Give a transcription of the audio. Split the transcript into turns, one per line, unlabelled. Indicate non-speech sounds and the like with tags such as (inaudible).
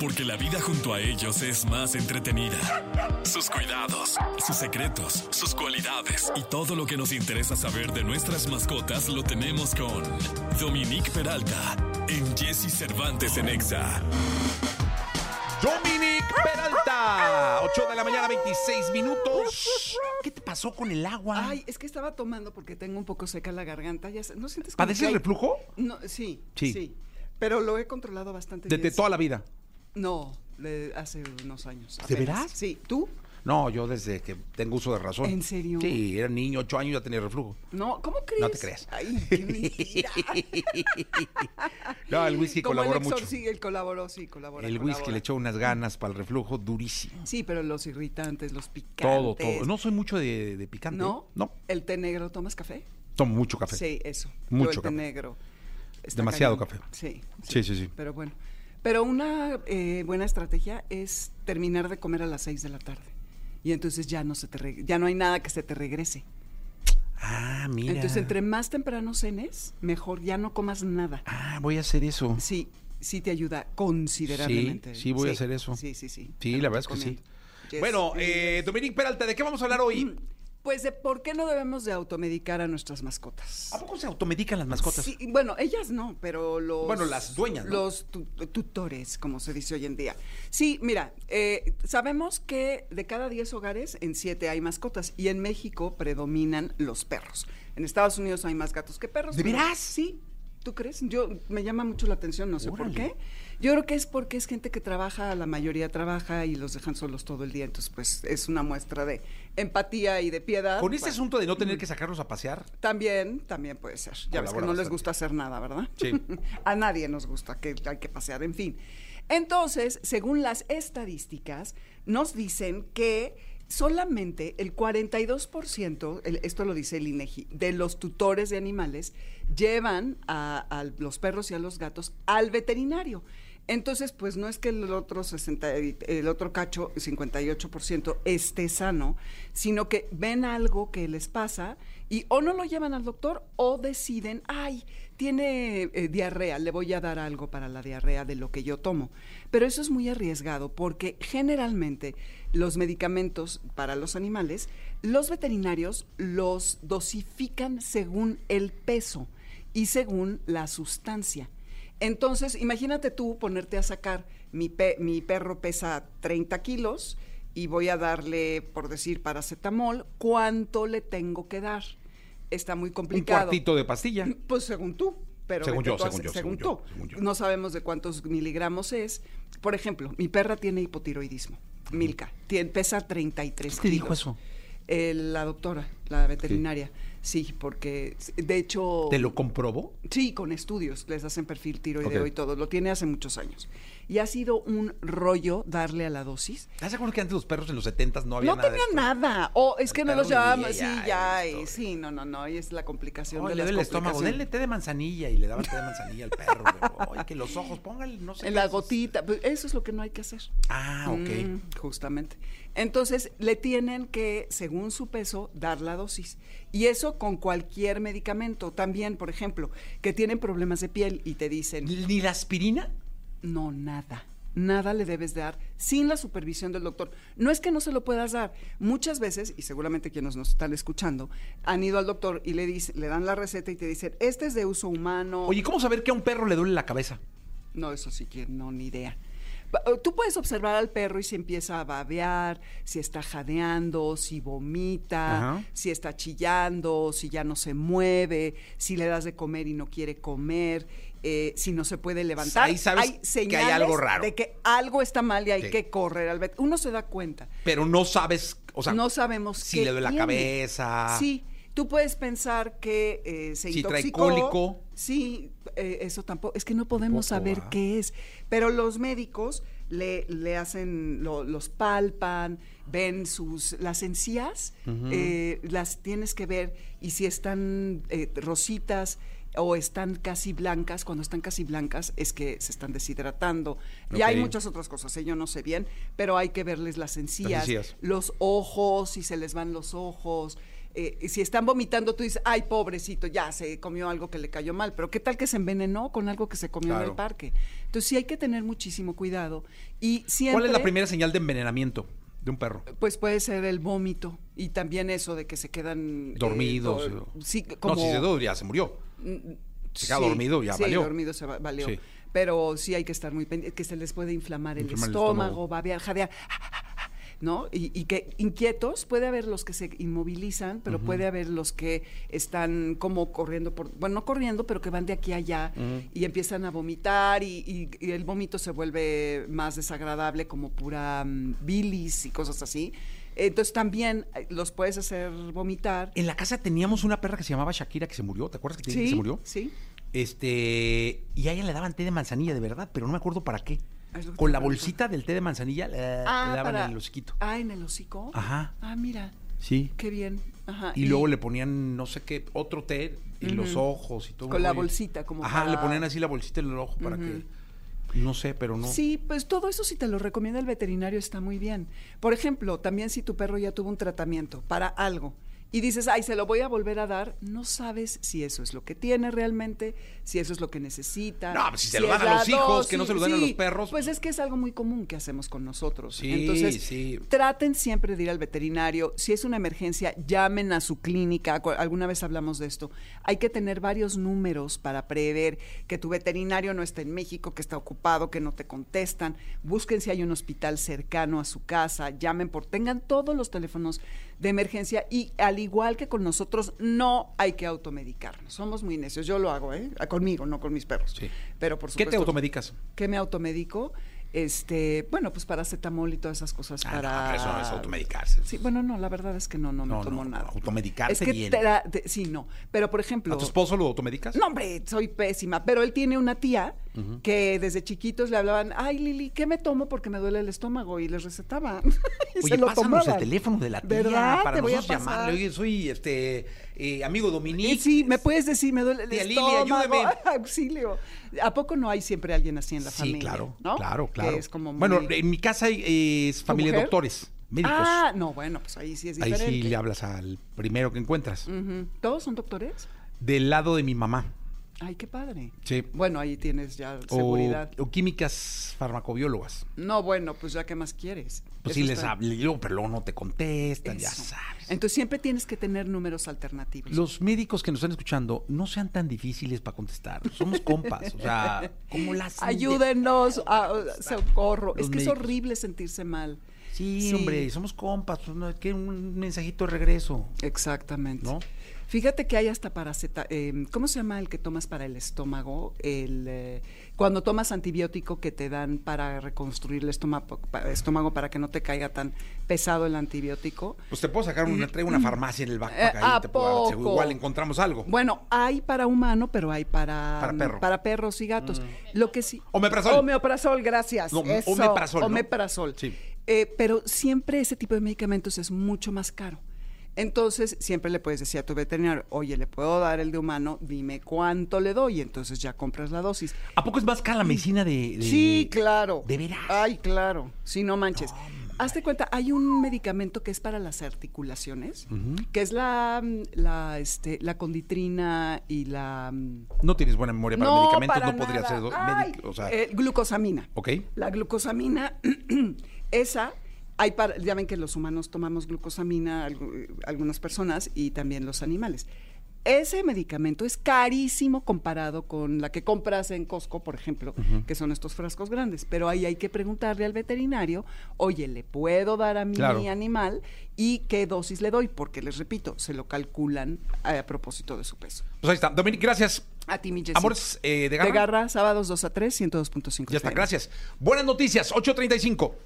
porque la vida junto a ellos es más entretenida. Sus cuidados, sus secretos, sus cualidades y todo lo que nos interesa saber de nuestras mascotas lo tenemos con Dominique Peralta en Jesse Cervantes en Exa.
Dominic Peralta. 8 de la mañana, 26 minutos. ¿Qué te pasó con el agua?
Ay, es que estaba tomando porque tengo un poco seca la garganta. Ya sé- ¿No sientes como que
¿Padeces
hay-
reflujo?
No, sí,
Sí.
sí, Pero lo he controlado bastante
Desde
bien.
toda la vida.
No, de hace unos años.
¿De
apenas.
veras?
Sí. ¿Tú?
No, yo desde que tengo uso de razón.
¿En serio?
Sí, era niño, 8 años ya tenía reflujo.
No, ¿cómo crees?
No te creas.
Ay,
(laughs)
qué mentira.
No, el whisky
Como
colaboró
el
mucho.
Sí, él colaboró, sí, colaboró.
el whisky le echó unas ganas para el reflujo durísimo.
Sí, pero los irritantes, los picantes.
Todo, todo. No soy mucho de, de picante.
¿No?
¿eh? No.
¿El té negro? ¿Tomas café?
Tomo mucho café.
Sí, eso.
Mucho
Yo el té
café.
negro. Está
Demasiado
cañón.
café.
Sí,
Sí, sí, sí.
Pero bueno. Pero una eh, buena estrategia es terminar de comer a las 6 de la tarde. Y entonces ya no, se te re- ya no hay nada que se te regrese.
Ah, mira.
Entonces, entre más temprano cenes, mejor ya no comas nada.
Ah, voy a hacer eso.
Sí, sí te ayuda considerablemente.
Sí, sí voy a hacer eso.
Sí, sí, sí.
Sí,
Te
la
lo
verdad es que sí.
recomiendo. Yes.
Bueno, eh, Dominic Peralta, ¿de qué vamos a hablar hoy?
Pues de por qué no debemos de automedicar a nuestras mascotas.
¿A poco se automedican las mascotas?
Sí, bueno, ellas no, pero los...
Bueno, las dueñas, ¿no?
Los tu- tutores, como se dice hoy en día. Sí, mira, eh, sabemos que de cada 10 hogares, en 7 hay mascotas y en México predominan los perros. En Estados Unidos hay más gatos que perros.
¿De
pero-
veras?
Sí. ¿Tú crees? Yo me llama mucho la atención, no sé
Órale.
por qué. Yo creo que es porque es gente que trabaja, la mayoría trabaja y los dejan solos todo el día, entonces pues es una muestra de empatía y de piedad.
Con este
Bueno.
asunto de no tener que sacarlos a pasear,
También, también puede ser. Ya ves que
Colabora
no les
bastante.
gusta hacer nada, ¿verdad?
Sí.
(laughs) A nadie nos gusta que hay que pasear, en fin. Entonces, según las estadísticas, nos dicen que solamente el 42%, el- esto lo dice el INEGI, de los tutores de animales llevan a, a los perros y a los gatos al veterinario. Entonces, pues no es que el otro 60, y- el otro cacho 58% esté sano, sino que ven algo que les pasa y o no lo llevan al doctor o deciden, ay, tiene eh, diarrea, le voy a dar algo para la diarrea de lo que yo tomo. Pero eso es muy arriesgado porque generalmente los medicamentos para los animales, los veterinarios los dosifican según el peso y según la sustancia. Entonces, imagínate tú ponerte a sacar, mi, pe- mi perro pesa 30 kilos y voy a darle, por decir, paracetamol, ¿cuánto le tengo que dar? Está muy complicado.
un cuartito de pastilla.
(clears throat) Pues según tú. Pero
Según
vete
yo,
tú a-
según yo, según yo,
tú.
según yo.
No sabemos de cuántos miligramos es. Por ejemplo, mi perra tiene hipotiroidismo. Milka. Tien- pesa 33
¿Quién te dijo
kilos.
eso?
Eh, la doctora, la veterinaria. Sí, porque de hecho.
¿Te lo comprobó?
Sí, con estudios, les hacen perfil tiroideo
Ok.
y todo, lo tiene hace muchos años. Y ha sido un rollo darle a la dosis.
¿Estás de acuerdo que antes los perros en los 70 no había
no
nada? de
tenían
esto?
nada, o es que
El
no los
perro
llevaban,
vivía
sí,
ya,
ya,
esto.
y sí, no, no, no, y es la complicación
Ay,
de
le
las
duele el estómago,
complicaciones.
denle té de manzanilla y le daban té de manzanilla al perro. luego,
(laughs)
Ay, que los ojos, póngale, no sé.
En
qué
la
esos-
gotita, pues, eso es lo que no hay que hacer.
Ah, ok.
Mm, justamente. Entonces, le tienen que, según su peso, dar la dosis. Y eso con cualquier medicamento. También, por ejemplo, que tienen problemas de piel y te dicen,
¿Ni la aspirina?
No, nada. Nada le debes dar sin la supervisión del doctor. No es que no se lo puedas dar. Muchas veces, y seguramente quienes nos están escuchando, han ido al doctor y le, dicen, le dan la receta y te dicen, este es de uso humano.
Oye, ¿cómo saber que a un perro le duele la cabeza?
No, eso sí que no, ni idea. Pa- eh, Tú puedes observar al perro y si empieza a babear, si está jadeando, si vomita,
Ajá.
si está chillando, si ya no se mueve, si le das de comer y no quiere comer, eh, si no se puede levantar.
Ahí sabes
hay
que hay
señales
algo raro.
De que algo está mal y hay
Sí.
que correr al vet. Uno se da cuenta
Pero no sabes, o sea,
no sabemos
si
qué
le duele la
tiene.
cabeza.
Sí, tú puedes pensar que eh, se
Si Ah. trae
intoxicó.
cólico.
Sí, eh, eso tampoco. Es que no podemos
Tampoco,
saber
¿ah?
qué es. Pero los médicos le, le hacen, lo- los palpan, ven sus las encías, eh, las tienes que ver y si están eh, rositas o están casi blancas, cuando están casi blancas es que se están deshidratando. Y hay
Ok.
muchas otras cosas, ¿eh? yo no sé bien, pero hay que verles las encías,
encías.
los ojos, si se les van los ojos, eh, si están vomitando, tú dices, ay, pobrecito, ya se comió algo que le cayó mal, pero ¿qué tal que se envenenó con algo que se comió en
Claro.
el parque? Entonces sí hay que tener muchísimo cuidado. Y siempre,
¿Cuál es la primera señal de envenenamiento de un perro?
Pues puede ser el vómito y también eso de que se quedan... eh,
Dormidos.
do-
o-
sí, como...
No, si se dio, ya se murió. Se queda dormido, ya
sí,
valió.
dormido se va- valió.
Sí.
Pero sí hay que estar muy pendiente, que se les puede inflamar el,
Inflamar el
estómago,
estómago.
babear, jadear, ¿no? Y, y que inquietos, puede haber los que se inmovilizan, pero puede haber los que están como corriendo, por, bueno, no corriendo, pero que van de aquí a allá y empiezan a vomitar y, y- y el vómito se vuelve más desagradable, como pura mm, bilis y cosas así. Entonces también eh, los puedes hacer vomitar.
En la casa teníamos una perra que se llamaba Shakira que se murió. ¿Te acuerdas que, te dije que se murió?
sí.
Este, y a ella le daban té de manzanilla, de verdad, pero no me acuerdo para qué.
Ah, es lo que
Con
te
la
pregunto.
bolsita del té de manzanilla le, le daban
para-
el hociquito.
Ah, en el hocico.
Ajá.
Ah, mira,
Sí.
qué bien. Ajá.
Y, luego le ponían no sé qué, otro té en los ojos y todo.
Con la
Oye.
bolsita, como
Ajá,
para-
le ponían así la bolsita en el ojo para que. No sé, pero no.
Sí, pues todo eso si te lo recomienda el veterinario está muy bien. Por ejemplo, también si tu perro ya tuvo un tratamiento para algo y dices, ay, se lo voy a volver a dar, no sabes si eso es lo que tiene realmente, si eso es lo que necesita.
No, pues, si se lo dan
es
a
la
los hijos, que no se lo dan a los perros.
Pues es que es algo muy común que hacemos con nosotros.
Sí,
Entonces,
sí.
traten siempre de ir al veterinario. Si es una emergencia, llamen a su clínica. Cu- Alguna vez hablamos de esto. Hay que tener varios números para prever que tu veterinario no está en México, que está ocupado, que no te contestan. Busquen si hay un hospital cercano a su casa, llamen por, tengan todos los teléfonos de emergencia y al igual que con nosotros, no hay que automedicarnos. Somos muy necios. Yo lo hago, ¿eh? Conmigo, no con mis perros.
Sí.
Pero por
¿Qué
supuesto
te automedicas?
que me automedico, este, bueno, pues paracetamol y todas esas cosas
Ah, no,
para.
pero eso no es automedicarse.
Sí, bueno, no, la verdad es que no, no me
No,
tomo
no,
nada.
automedicarse
es que
bien.
te da- te- sí, no. Pero por ejemplo.
¿A tu esposo lo automedicas?
No, hombre, soy pésima. Pero él tiene una tía que desde chiquitos le hablaban, ay Lili, ¿qué me tomo? Porque me duele el estómago. Y les recetaban. (laughs) y
Oye,
se lo
pásanos el
tomaban.
teléfono de la tía
¿Verdad?
para
Te voy a
nosotros
pasar.
llamarle. Oye, soy este eh, amigo Dominique.
Y sí, me puedes decir, me duele el
Tía Lili,
estómago.
ayúdame.
(laughs) Auxilio. ¿A poco no hay siempre alguien así en la
sí,
familia?
claro,
¿no?
claro,
Que
claro.
es como
Bueno,
muy-
en mi casa hay, eh, es familia de
mujer?
doctores, médicos.
Ah, no, bueno, pues ahí sí es
Ahí
diferente. Mm.
sí le hablas al primero que encuentras.
Ujú. ¿Todos son doctores?
Del lado de mi mamá.
Ay, qué padre.
Sí.
Bueno, ahí tienes ya
O-
seguridad.
O, químicas farmacobiólogas.
No, bueno, pues ya qué más quieres.
Pues
Eso
sí les
está-
hablo, luego, pero luego no te contestan, ya
Eso.
sabes.
Entonces siempre tienes que tener números alternativos.
Los médicos que nos están escuchando no sean tan difíciles para contestar. Somos compas. O sea, ¿cómo las
Ayúdenos, a, socorro.
Los
es que
médicos.
es horrible sentirse mal.
Sí, hombre, somos compas. pues, no, que un mensajito de regreso.
Exactamente.
¿No?
Fíjate que hay hasta paraceta, eh, ¿cómo se llama el que tomas para el estómago? El, eh, cuando tomas antibiótico que te dan para reconstruir el estómago, pa- estómago para que no te caiga tan pesado el antibiótico.
Pues te puedo sacar una, traigo una farmacia en el bajo
Eh, ¿a poco?
Igual encontramos algo.
Bueno, hay para humano, pero hay para,
Para
mm,
perro.
perros y gatos. Lo que sí.
Omeprazol.
Omeprazol, gracias.
No,
Eso,
omeprazol, ¿no?
omeprazol.
Sí.
Eh, pero siempre ese tipo de medicamentos es mucho más caro. Entonces, siempre le puedes decir a tu veterinario, oye, le puedo dar el de humano, dime cuánto le doy. Entonces ya compras la dosis.
¿A poco es más cara la medicina de, de-
Sí, claro.
Eh, ¿De veras?
Ay, claro. Sí, no manches. Hazte cuenta, hay un medicamento que es para las articulaciones, que es la, mm, la, este, la conditrina y la... mm,
No tienes buena memoria para
no,
medicamentos,
para
no podría
nada.
ser do-
Ay,
médico, o sea,
eh, glucosamina.
¿ok?
La glucosamina, (clears throat) esa, hay para, ya ven que los humanos tomamos glucosamina, algu- algunas personas, y también los animales. Ese medicamento es carísimo comparado con la que compras en Costco, por ejemplo, que son estos frascos grandes. Pero ahí hay que preguntarle al veterinario, oye, ¿le puedo dar a mi
Claro.
animal y qué dosis le doy? Porque les repito, se lo calculan eh, a propósito de su peso.
Pues ahí está. Dominique, gracias.
A ti, mi Jessy.
Amores eh, de
De
garra.
garra, sábados 2 a 3, 102.5.
Ya está,
FM.
gracias. Buenas noticias, 8.35.